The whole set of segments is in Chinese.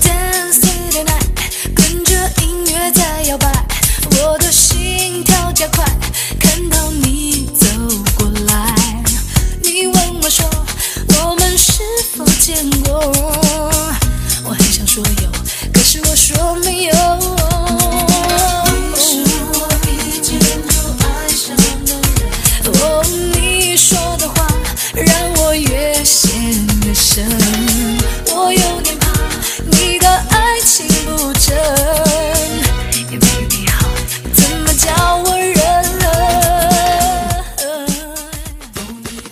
Dance in the night，跟着音乐在摇摆，我的心跳加快，看到你走过来，你问我说我们是否见过？我很想说有，可是我说没有。你是我一见就爱上的人，哦，你说的话让我越陷越深，我有点怕你的爱情不真。也没你好，怎么叫我忍了？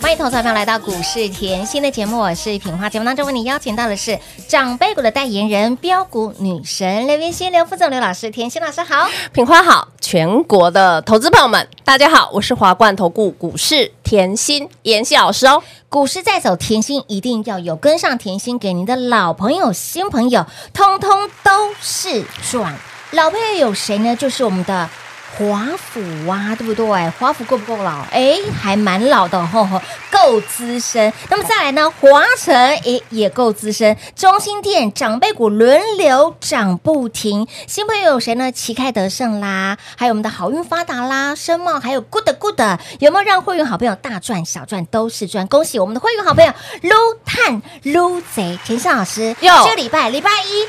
欢迎投资者朋友来到股市甜心的节目，我是品花。节目当中为你邀请到的是长辈股的代言人标股女神刘云熙、刘副总、刘老师、甜心老师好。品花好，全国的投资朋友们，大家好，我是华冠投顾股市甜心妍希老师哦。股市在走，甜心一定要有跟上甜心给您的老朋友、新朋友，通通都是赚。老朋友有谁呢？就是我们的。华府啊，对不对？华府够不够老？哎，还蛮老的，吼吼，够资深。那么再来呢？华晨哎也够资深，中心店长辈股轮流涨不停。新朋友有谁呢？旗开得胜啦，还有我们的好运发达啦，声茂，还有 Good Good，有没有让会员好朋友大赚小赚都是赚？恭喜我们的会员好朋友撸探撸贼田胜老师，哟这个礼拜礼拜一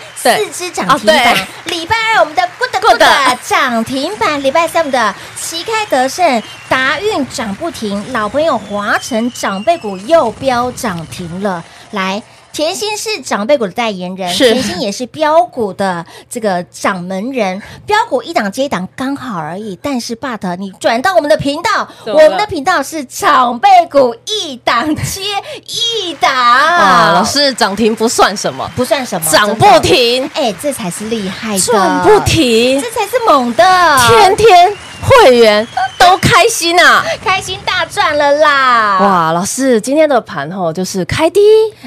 四对只涨哦停板，礼拜二我们的 Good Good Good 涨停板，礼拜三我们的旗开得胜，达运涨不停，老朋友华晨长辈股又飙涨停了。来，甜心是长辈股的代言人，是甜心也是标股的这个掌门人，标股一档接一档刚好而已。但是 but 你转到我们的频道，怎我么了们的频道是长辈股一档接一档，啊，老师涨停不算什么，不算什么，涨真不的。停，哎、这才是厉害的，赚不停，这才是猛的，天天会员都开心啊！开心大赚了啦！哇，哇，老师今天的盘吼就是开低，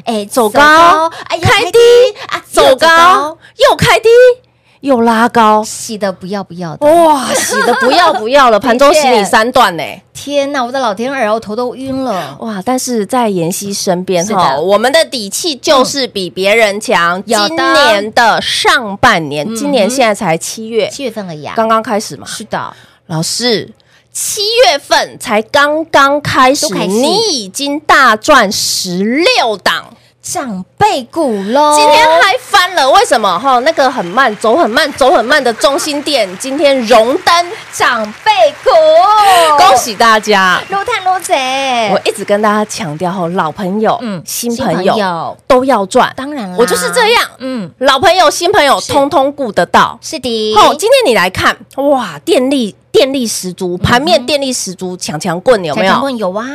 哎，走高，哎呀，开低啊，又走高，，又开低，又拉高，洗的不要不要的，哇，洗的不要不 要了，盘中洗的确你三段呢、天哪，我的老天儿啊，我头都晕了。哇！但是在妍希身边是的嗯哈，我们的底气就是比别人强。有的今年的上半年，今年现在才七月，七月份而已啊，刚刚开始嘛。是的，老师，七月份才刚刚开始都，开始你已经大赚十六档，长辈股喽，今天还翻了。为什么？哈，那个很慢，走很慢，走很慢的中心 店今天荣登，长辈股，恭喜大家！撸探撸贼我，一直跟大家强调，吼，老朋友，嗯嗯，新朋友新朋友都要赚。当然啦，我就是这样嗯，老朋友、新朋友是通通顾得到。是的，哦，今天你来看，哇，电力电力十嗯足，盘面电力十足，强强棍有没才刚有？问有啊，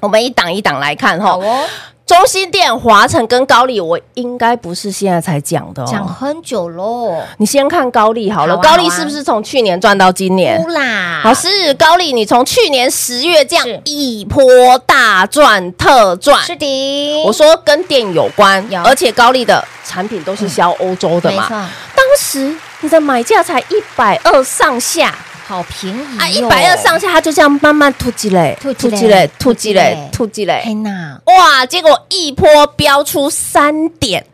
我们一档一档来看好哈。哦，中心店、华晨跟高丽，我应该不是现在才讲的讲哦。很久喽，你先看高丽好了，好啊高好丽啊是不是从去年赚到今年哭？啦，老师，高丽，你从去年十月这是样一波大赚特赚，是的，我说跟电有关有，而且高丽的产品都是销欧洲的没嘛。错，当时你的买价才一百二上下好便宜哦啊，一哟百二上下，它就这样慢慢突击嘞，哎突击嘞突击嘞，突突击嘞，天哪，哇！结果一波飙出三点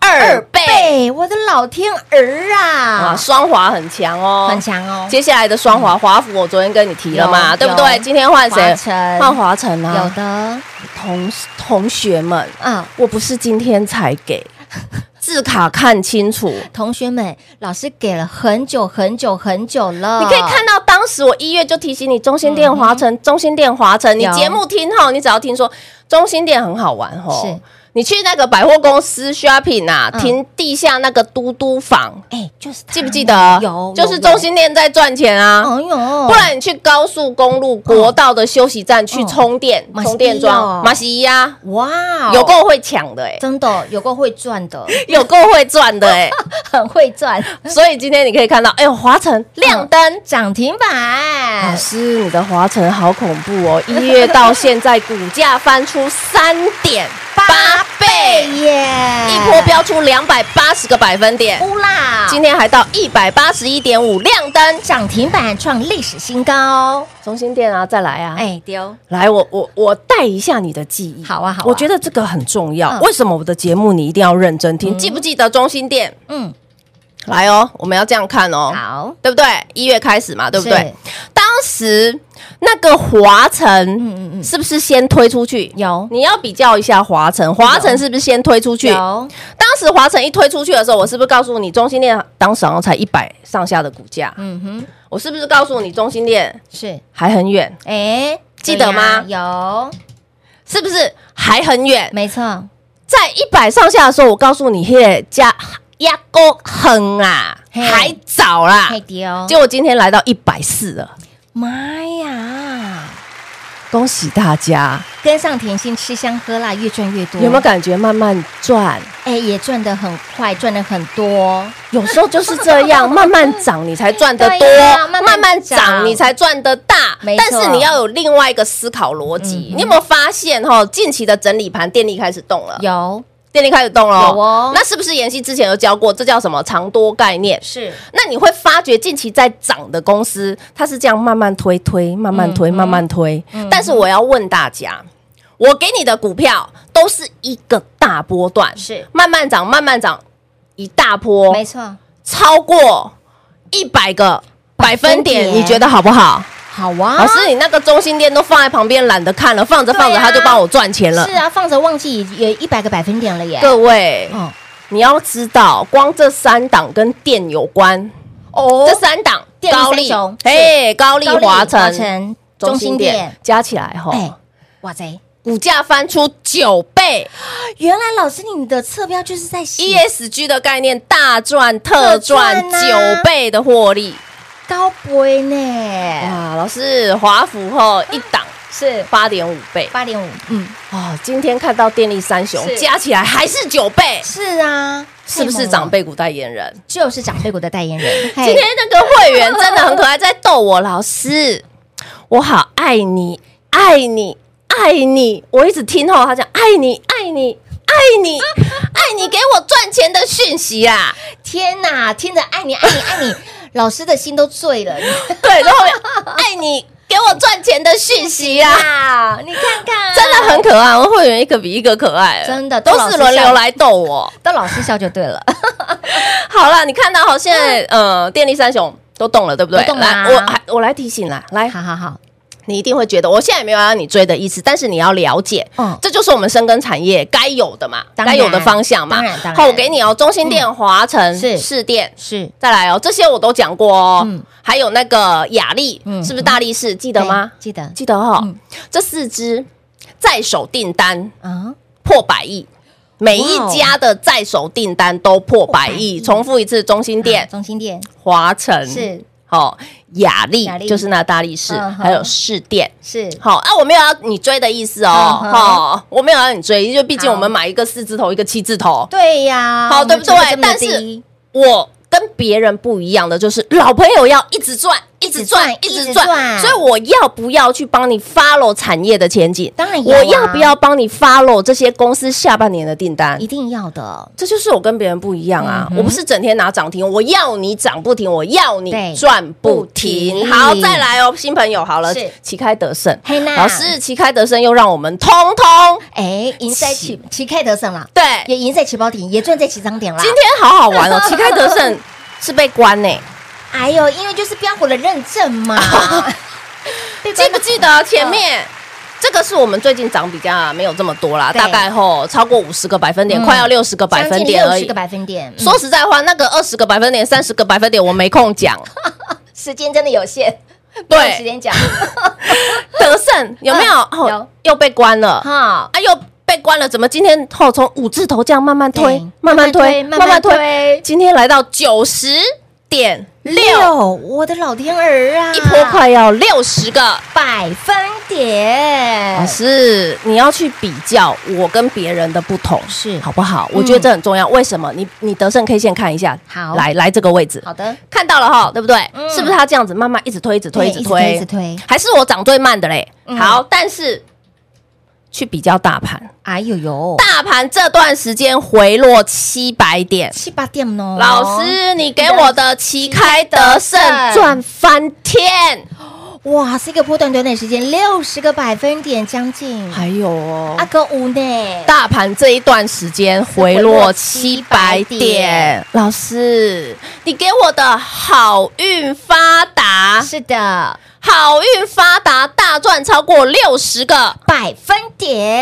二倍，倍，我的老天儿啊哎哇！，双华很强哦，很。强哦，接下来的双华华府，我昨天跟你提了有嘛，对不对？有今天换谁华晨？换华晨啊！有的同同学们，啊。我不是今天才 给，字卡看清楚。同学们，老师给了很久很久很久了，你可以看到，当时我一月就提醒你中心店华晨，中心店华晨，你嗯有节目听后，你只要听说中心店很好玩吼，是你去那个百货公司 shopping 啊，嗯停地下那个嘟嘟房，哎、就是它记不记得？嗯有，就是有中。心店在赚钱啊。有哎呦，不然你去高速公路国道的休息站去嗯充电，马西充电哦桩，马西呀，哇哦，有够会抢的哎，真的有够会赚 的，有够会赚的哎，很会赚，所以今天你可以看到，哎呦，华晨亮灯涨停板，老看，师，你的华晨好恐怖哦！一月到现在，股价翻出三点八倍，耶，一波飙出两百八十个百分点，乌啦，今天还到一百八十一点五亮灯。涨停板创历史新高，中心店啊，再来啊！哎，哎丢，来，我我我带一下你的记忆。好啊好啊我觉得这个很重要。嗯为什么我的节目你一定要认真听？记不记得中心店？嗯，来哦，我们要这样看哦。好，对不对？一月开始嘛，对不对是？当时那个华晨，嗯嗯是不是先推出去？有你要比较一下华晨，华晨是不是先推出去？有当时华晨一推出去的时候，我是不是告诉你中心店当时好像才一百上下的股价？嗯哼，我是不是告诉你中心店是，还很远？哎，记得吗对呀有，啊是不是还很远？没错，在一百上下的时候，我告诉你，嘿，加压沟很啊，嘿还早啦。太丢，结果今天来到一百四了，妈呀，恭喜大家！跟上甜心吃香喝辣，越赚越多，有没有？感觉慢慢赚？哎，也赚得很快，赚得很多，有时候就是这样，慢慢涨你才赚得多对呀，慢慢慢慢涨涨你才赚得大没。错嗯但是你要有另外一个思考逻辑，你有没有发现哈？近期的整理盘，电力开始动呃了，有电力开始动了，有哦那是不是妍希之前有教过？这叫什么长多概念？是那你会发觉近期在涨的公司，它是这样慢慢推推，慢慢嗯推，慢慢推。但是我要问大家，我给你的股票都是一个大波段，是慢慢涨，慢慢涨，一大波，没错，超过一百个百百分分点，点你觉得好不好？好啊，老师，你那个中心店都放在旁边，懒得看了，放着放对着啊它就帮我赚钱了是。啊，放着忘记也一百个百分点了耶，各位，哦你要知道，光这三档跟电有关，哦这三档电力高三丽雄，嘿，高丽、高丽华晨、晨、中心店，加起来哈，哎，哇塞！股价翻出九倍原来老师你的侧标就是在写，ESG 的概念大赚特赚特赚啊九倍的获利。高杯呢，哇，老师，华府后一档是八点五倍八点五，嗯，哦，今天看到电力三雄是加起来还是九倍，是啊，哎是太不猛是了长？辈股代言人？就是长辈股的代言人。 今今天那个会员真的很可爱，在逗我老师，我好爱你，爱你，爱你。我一直听后他讲爱你，爱你，爱你，爱你，给我赚钱的讯息啊！天哪，听着爱你爱你爱 你，老师的心都醉了。你对，然后后面 爱你，给我赚钱的讯息啊！ 啊，你看看，真的很可爱，我会员一个比一个可爱，真的都是轮流来逗我。逗老师笑就对了。好啦，你看到好，现在呃，电力三雄都动了，对不对？嗯都动了来啊，我还我来提醒啦，来，好好好，你一定会觉得，我现在也没有要你追的意思，但是你要了解，嗯这就是我们深耕产业该有的嘛，当然该有的方向嘛。当然当然好，我给你哦，中心店、华晨、是市电。是再来哦，这些我都讲过哦，嗯还有那个雅丽，嗯是不是大力士？记得吗对？哎记得记得哈、哦嗯这四支在手订单啊，破百亿，每一哇哦家的在手订单都破百亿。重复一次，中心店、啊中心店嗯华晨是好、哦、雅丽雅丽就是那大力士，嗯哼还有市电。是好啊，我没有要你追的意思哦，嗯哼哦，我没有要你追，就毕竟好我们买一个四字头，一个七字头，对呀，好对不对我们这么但是低我跟别人不一样的就是老朋友要一直赚，一直赚，一一直赚一直直赚赚，所以我要不要去帮你 follow 产业的前景？当然有啊我要不要帮你 follow 这些公司下半年的订单一？定要的，这就是我跟别人不一样啊！嗯我不是整天拿涨停，我要你涨不停，我要对你赚不停。不停好，再来哦，新朋友，好了是，旗开得胜嘿呐。老师，旗开得胜又让我们通通哎，赢在起旗开得胜了，对，也赢在起跑点，也赚在起涨点了。今天好好 玩哦，旗开得胜是被关呢、哎呦，因为就是标股的认证嘛，被记关不的记得前面？这个是我们最近涨比较没有这么多啦，对大概吼超过五十个百分点，嗯快要六十个百分点而六十已 个。百分点，嗯说实在话，那个二十个百分点、三十个百分点，我没空讲。 时间真的有限，对没有时间 讲德胜有没有？嗯哦有又被关了。哈。啊，又被关了，怎么今天后从五字头这样慢慢推对，慢慢推，慢慢推慢慢推今天来到九十点六，六，我的老天儿啊！一波快要六十个百分点哎哦老，师，你要去比较我跟别人的不同，是嗯好不好？我觉得这很重要。为什么？你你得胜 K 线看一下，好来来这个位置，好的，看到了哈，对不对？嗯是不是他这样子慢慢一直推，一直推，对一直推，一直推一直推还是我涨最慢的嘞？嗯好，但是去比较大盘，哎呦呦，大盘这段时间回落七百点。七八点哦，老师，你给我的旗开得胜旗开得胜赚翻天，哇，这个波段短短时间六十个百分点将近，还有哦阿哥五呢，大盘这一段时间回落七百点，老师，你给我的好运发达，是的，好运发达大赚超过六十个。百分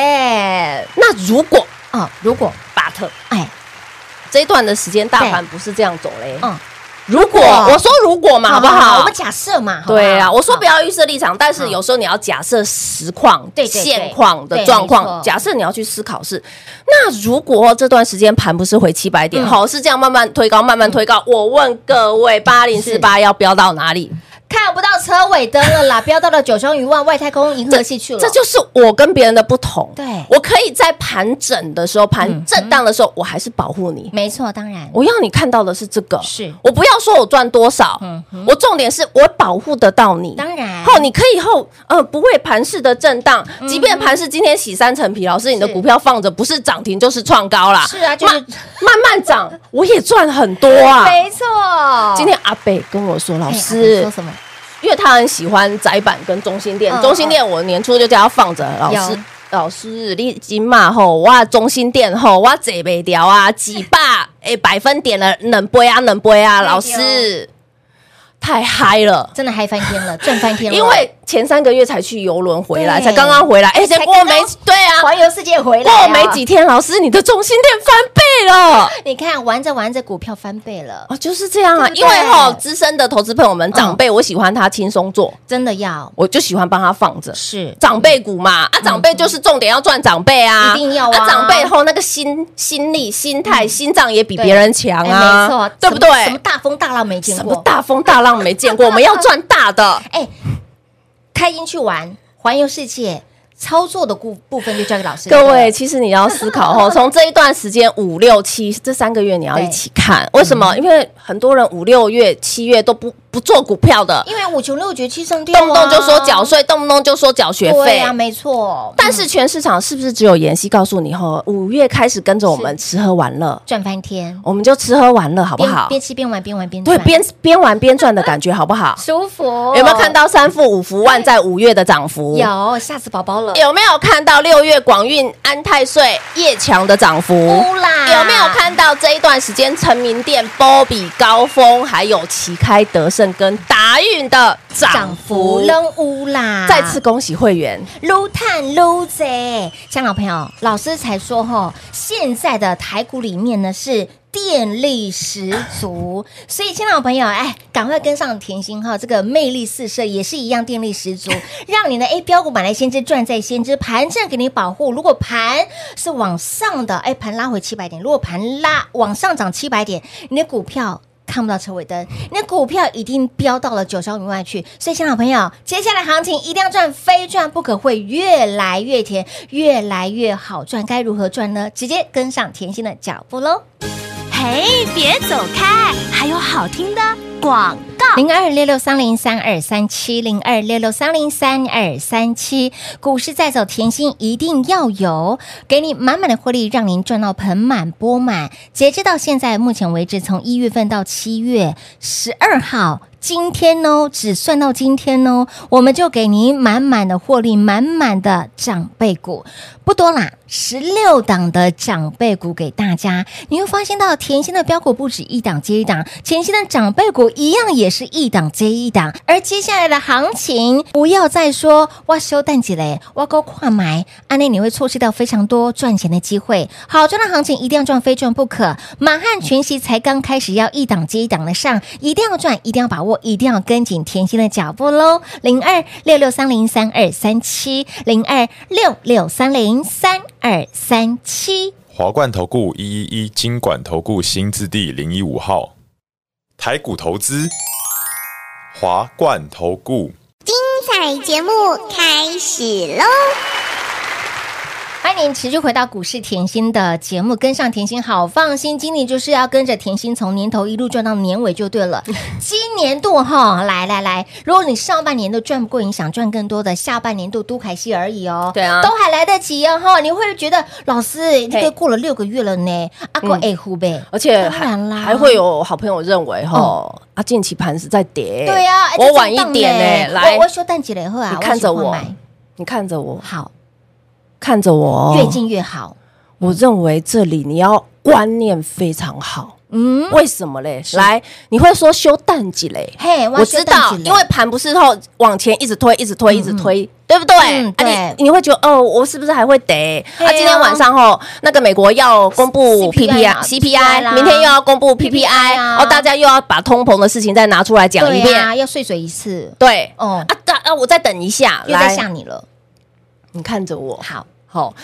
点那如果哦，如果巴特哎，这一段的时间大盘不是这样走嘞，嗯，如果我说如果嘛，好不我好们？假设嘛，好不好对啊，我说不好要预设立场，但是有时候你要假设实况、对对对现况的对状没况，错假设你要去思考是，那如果这段时间盘不是回七百点，嗯好是这样慢慢推高，慢慢推高。我问各位，八零四八要飙到哪里？看不到车尾灯了啦， 飙到了九霄云外外太空银河系去了，这就是我跟别人的不同。对嗯我可以在盘整的时候、盘震荡的时候，我还是保护你。没错，当然我要你看到的是这个，嗯是嗯我不要说我赚多少，我重点是我保护得到你。当然后你可以后呃不为盘势的震荡，嗯即便盘势今天洗三层皮，老师你的是股票放着不是涨停就是创高啦，是啊就是慢慢慢涨，我也赚很多 啊。没错，今天阿北跟我说，老哎师说，什么？因为他很喜欢窄板跟中心店嗯，中心店我年初就叫他放着，老有师。老师，你金嘛吼，我中心店吼，我坐袂掉啊，几把诶百分点了，能杯啊，能杯啊，对哦老师太嗨了，真的嗨翻天了，赚翻天了，因为前三个月才去游轮回来，对才刚刚回来，哎，才结果没刚刚对 啊，环游世界回来过啊没几天，老师你的中心店翻倍了。你看玩着玩着股票翻倍了，哦，就是这样啊，对不对因为吼资深的投资朋友们、长辈，我喜欢他轻松做，真的要我就喜欢帮他放着。是长辈股嘛，啊，长辈就是重点要赚长辈啊，嗯一定要啊长辈后那个心心力、心态、心脏也比别人强啊，哎没错，对不什么什么对？大风大浪没见什过么？大风大浪没见过，我们要赚大 的，哎，开心去玩，环游世界，操作的部部分就交给老师。各位，，其实你要思考 哦，从这一段时间五六七这三个月你要对一起看，为什嗯么？因为很多人五六月、七月都不不做股票的，因为五穷六绝七上吊啊，动不动就说缴税，动不动就说缴学对费啊，没错，但是全市场是不是只有妍希告诉你后，五月开始跟着我们吃喝玩乐？赚翻天，我们就吃喝玩乐，好不边好？边吃边玩，边玩边对，赚边边玩边赚的感觉，好 不好？舒服。有没有看？到三富五福万在五月的涨幅？。有，吓死宝宝了。有没有看到六月广运、安泰税、叶强的涨幅？哭啦！有没有？看到这一段时间成名店、波比、高峰，还有旗开得胜跟达运的涨涨幅幅？扔乌啦！再次恭喜会员，撸探撸贼，香老朋友，老师才说吼，现在的台股里面呢是电力十足，所以，亲老朋友，哎，赶快跟上甜心哈，这个魅力四射也是一样电力十 足，让你的哎标股买来先知赚在先知，盘正给你保护。如果盘是往上的，哎，盘拉回七百点；如果盘拉往上涨七百点，你的股票。看不到车尾灯，那股票一定飙到了九霄云外去。所以，新老朋友，接下来行情一定要赚，非赚不可，会越来越甜，越来越好赚。该如何赚呢？直接跟上甜心的脚步喽。嘿，别走开，还有好听的广告。零二六六三零三二三七零二六六三零三二三七，股市在走，甜心一定要有，给你满满的获利，让您赚到盆满钵满。截至到现在，目前为止，从一月份到七月十二号。今天哦，只算到今天哦，我们就给您满满的获利，满满的长辈股，不多啦，十六档的长辈股给大家。你会发现到甜心的标股不止一档接一档，甜心的长辈股一样也是一档接一档。而接下来的行情，不要再说哇修蛋姐嘞，哇高跨买，安内你会错失掉非常多赚钱的机会。好赚的行情一定要赚，非赚不可。满汉全席才刚开始，要一档接一档的上，一定要赚，一定要把握，一定要跟紧甜心的脚步喽。零二六六三零三二三七，零二六六三零三二三七。华冠投顾一一一金管投顾新字第零一五号，台股投资，华冠投顾。精彩彩节目开始喽！欢迎您持续回到股市甜心的节目，跟上甜心好放心。今年就是要跟着甜心从年头一路赚到年尾就对 了。今年度哈，来来来，如果你上半年都赚不过瘾，你想赚更多的，下半年度都凯西而已哦。对啊都还来得及哦哈。你会不会觉得老师这嘿个过了六个月了呢？啊阿哥嗯爱护呗，而且当然还啦哦还会有好朋友认为哈啊，近期盘是在跌，对呀、哎我这晚一震荡点呢呢，来我我，休蛋几了以后啊，你看着要去我换买，你看着我，好，看着我，哦越近越好。我认为这里你要观念非常好，嗯，为什么嘞？来，你会说修淡季嘞？嘿，要我知休蛋道几，了因为盘不是后往前一直推，一直推，一直推，对不对？嗯啊对你你会觉得哦，我是不是还会得？嘿啊啊，今天晚上后那个美国要公布 CPI 啊 PPI、 CPI 啦 CPI，明天又要公布 PPI PPI，啊哦，大家又要把通膨的事情再拿出来讲一对啊，遍，要碎嘴一次，对。哦，啊，大啊！我再等一下，又在来，吓你了。你看着我，好，好，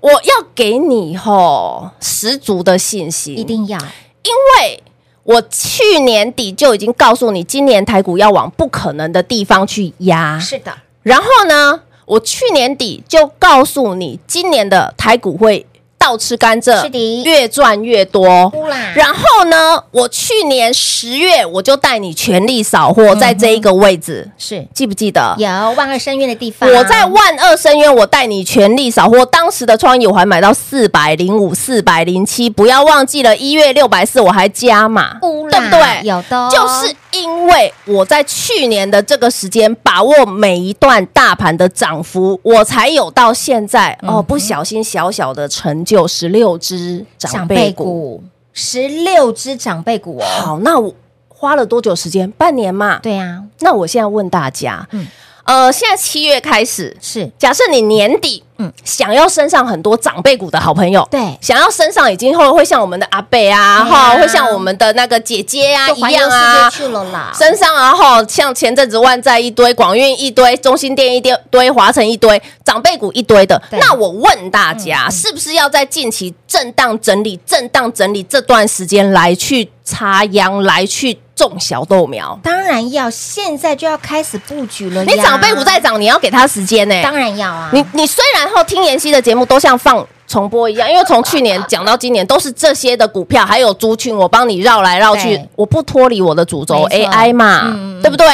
我要给你吼十足的信心，一定要因为我去年底就已经告诉你，今年台股要往不可能的地方去压。的，然后呢，我去年底就告诉你，今年的台股会倒吃甘蔗，是的越赚越多。呼啦，然后呢，我去年十月我就带你全力扫货，嗯在这一个位置，是记不记得？有万二深渊的地方，啊啊我在万恶深渊，我带你全力扫货。当时的创意我还买到四百零五、四百零七，不要忘记了，一月六百四我还加码，呼啦，对不对？有的哦，就是因为我在去年的这个时间把握每一段大盘的涨幅，我才有到现在、嗯哦，不小心小小的成就十六只长长辈辈股。股，十六只长辈股哦，好，那我花了多久时间？半年嘛。对啊，那我现在问大家，嗯呃，现在七月开始，是假设你年底，嗯嗯，想要升上很多长辈股的好朋友，对想要升上已经会会像我们的阿贝啊，哈、对啊会像我们的那个姐姐啊就一环游样世啊界，去了啦，身上啊吼，像前阵子万载一堆，广运一堆，中心店一堆，堆华晨一堆，长辈股一堆的。对嗯那我问大家，是不是要在近期震荡整理、震荡整理这段时间来去插秧，来去种小豆苗？当然要，现在就要开始布局哎了呀，你长辈股在涨，你要给他时间呢、当然要啊，你你虽然后听妍希的节目都像放重播一样，因为从去年讲到今年都是这些的股票，还有族群，我帮你绕来绕去对，我不脱离我的主轴没错 AI 嘛，嗯嗯嗯对不对？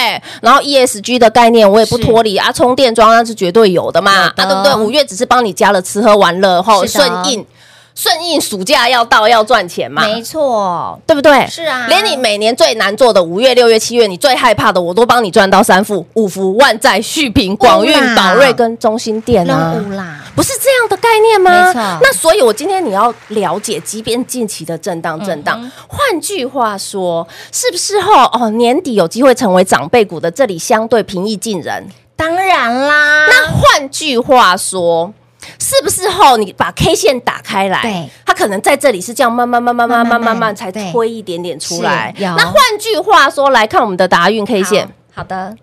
然后 ESG 的概念我也不是脱离啊，充电桩那是绝对有的嘛，有的啊，对不对？五月只是帮你加了吃喝玩乐后是的顺应顺应暑假要到要赚钱嘛，没错，对不对？是啊连你每年最难做的五月、六月、七月，你最害怕的，我都帮你赚到三富、五福、万载、旭平、广运有啦、宝瑞跟中心店啊任，务啦，不是这样的概念吗？没错那所以，我今天你要了解，即便近期的震荡、震嗯荡，换句话说，是不是后哦年底有机会成为长辈股的，这里相对平易近人。当然啦，那换句话说，是不是后你把 K 线打开来，对，它可能在这里是这样慢慢慢慢慢慢慢慢慢慢才对推一点点出来。是有那换句话说，来看我们的达运 K 线，好好的，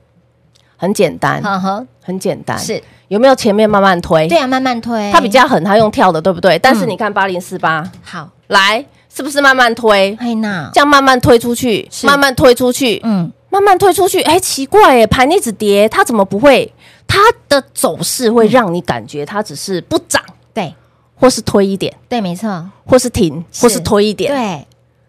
很简单，呵呵，很简单，是有没有前面慢慢推？对啊，嗯慢慢推，哎它比较狠，它用跳的，对不对？但是你看八零四八，好，来是不是慢慢推？嘿娜，这样慢慢推出去，是慢慢推出去，嗯，慢慢推出去，哎，奇怪耶，盘一直跌，它怎么不会？它的走势会让你感觉它只是不涨，对或是推一点，对，没错，或是停，是或是推一点。对，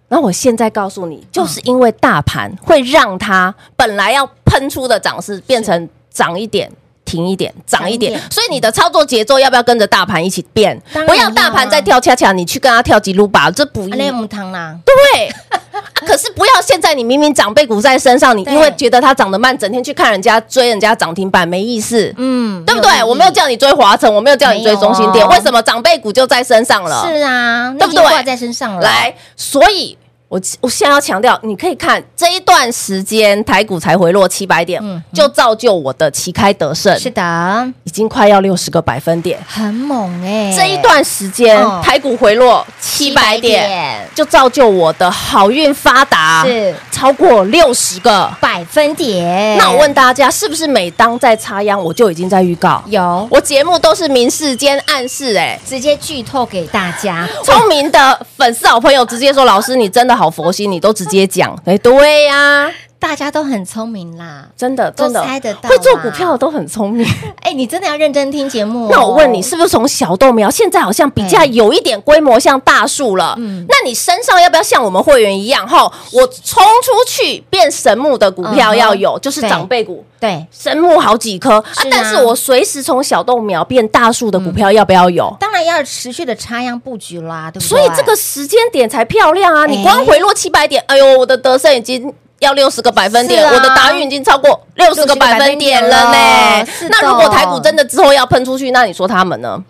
那我现在告诉你，就是因为大盘会让它本来要喷出的涨势变成涨一点。停一点，涨一点涨一，点所以你的操作节奏要不要跟着大盘一起变？当然不要大要啊盘啊在跳恰恰，你去跟它跳吉鲁吧，这不一阿雷姆汤啦。对、啊可是不要现在你明明长辈股在身上，你对因为觉得它涨得慢，整天去看人家追人家涨停板没意思，嗯，对不对？我没有叫你追华晨，我没有叫你追中心没有店，哦为什么长辈股就在身上了？是啊，对那已不经对挂在身上了。，来，所以我我现在要强调，你可以看这一段时间台股才回落七百点，嗯就造就我的旗开得胜，是的，已经快要六十个百分点。很猛哎、这一段时间、哦台股回落七百点，就造就我的好运发达，是超过六十个。百分点。那我问大家，是不是每当在插秧，我就已经在预告？有我节目都是明示兼暗示、哎。直接剧透给大家，聪明的粉丝好朋友直接说：“老师，你真的好佛心，你都直接讲。”哎，对呀、大家都很聪明啦。真的都真的猜得到啊会做股票的都很聪明。哎，你真的要认真听节目哦。那我问你，是不是从小豆苗现在好像比较哎有一点规模像大树了？嗯那你身上要不要像我们会员一样，吼，我冲出去变神木的股嗯票哼要有，就是对长辈股。对，神木好几棵啊是啊嗯但是我随时从小豆苗变大树的股票要不要有？当然要持续的插秧布局啦，对不对？所以这个时间点才漂亮哎啊！你光回落七百点，哎呦，我的德胜已经。要六十个百分点，是啊我的达运已经超过六十个百分点了呢是的。那如果台股真的之后要喷出去，那你说他们呢？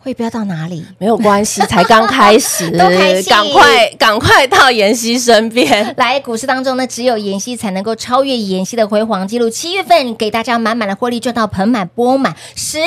会飙到哪里？没有关系，才刚开始， 都开戏赶快赶快到妍希身 边。来，股市当中呢，只有妍希才能够超越妍希的辉煌记录。七月份给大家满满的获利，赚到盆满钵满，十。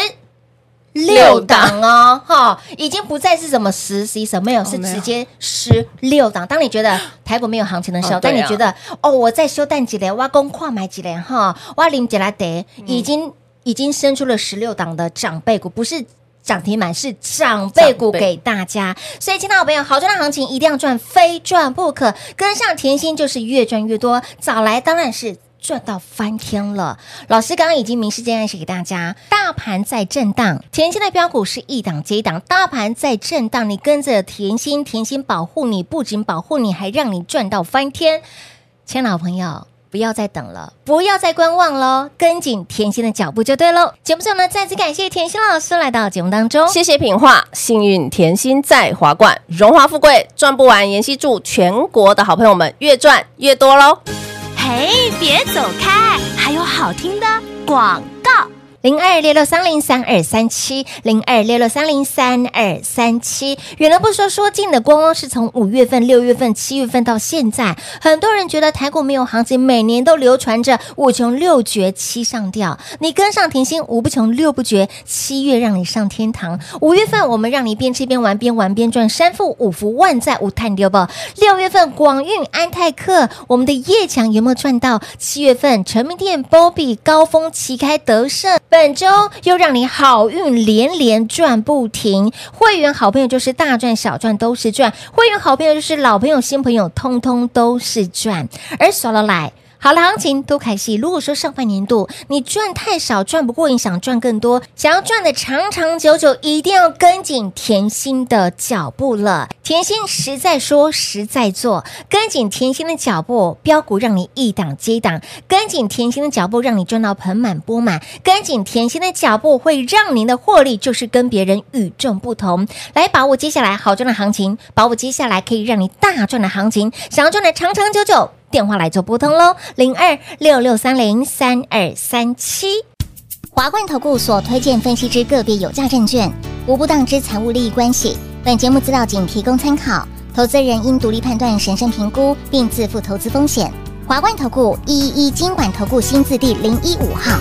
六六档哦，哈，已经不再是什么十、十一、什么没有，哦是直接十六档。当你觉得台股没有行情的时候，哦对当啊你觉得哦，我在休蛋几连，挖工矿买几连哈，挖林几来得，嗯已经已经生出了十六档的长辈股，不是涨停板，是长辈股长辈给给大家。所以，亲爱的朋友，好赚的行情一定要赚，非赚不可。跟上甜心就是越赚越多，早来当然是。赚到翻天了！老师刚刚已经明示这件事给大家，大盘在震荡，甜心的标股是一档接一档，大盘在震荡，你跟着甜心，甜心保护你，不仅保护你，还让你赚到翻天。亲爱的老朋友，不要再等了，不要再观望喽，跟紧甜心的脚步就对喽。节目最后呢，再次感谢甜心老师来到节目当中，谢谢品画，幸运甜心在华冠，荣华富贵赚不完。妍希祝全国的好朋友们越赚越多喽！嘿，别走开，还有好听的广告。零二六六三零三二三七，零二六六三零三二三七。远的不说，说近的，光光是从五月份、六月份、七月份到现在，很多人觉得台股没有行情，每年都流传着五穷六绝七上吊。你跟上甜心，五不穷六不绝，七月让你上天堂，五月份我们让你边吃边玩，边玩边赚，三富五福万载无探丢吧。六月份广运、安泰克，我们的叶强有没有赚到？七月份成名店、Bobby 高峰旗开得胜，本周又让你好运连连赚不停。会员好朋友就是大赚小赚都是赚，会员好朋友就是老朋友新朋友，通通都是赚。而耍了来。好了，行情多开戏。如果说上半年度你赚太少，赚不过瘾，想赚更多，想要赚的长长久久，一定要跟紧甜心的脚步了。甜心实在说，实在做，跟紧甜心的脚步，标股让你一档接一档，跟紧甜心的脚步，让你赚到盆满钵满，跟紧甜心的脚步，会让您的获利就是跟别人与众不同。来把握接下来好赚的行情，把握接下来可以让你大赚的行情，想要赚的长长久久。电话来做拨通喽，零二六六三零三二三七。华冠投顾所推荐分析之个别有价证券，无不当之财务利益关系。本节目资料仅提供参考，投资人应独立判断、审慎评估，并自负投资风险。华冠投顾一一一金管投顾新字第零一五号。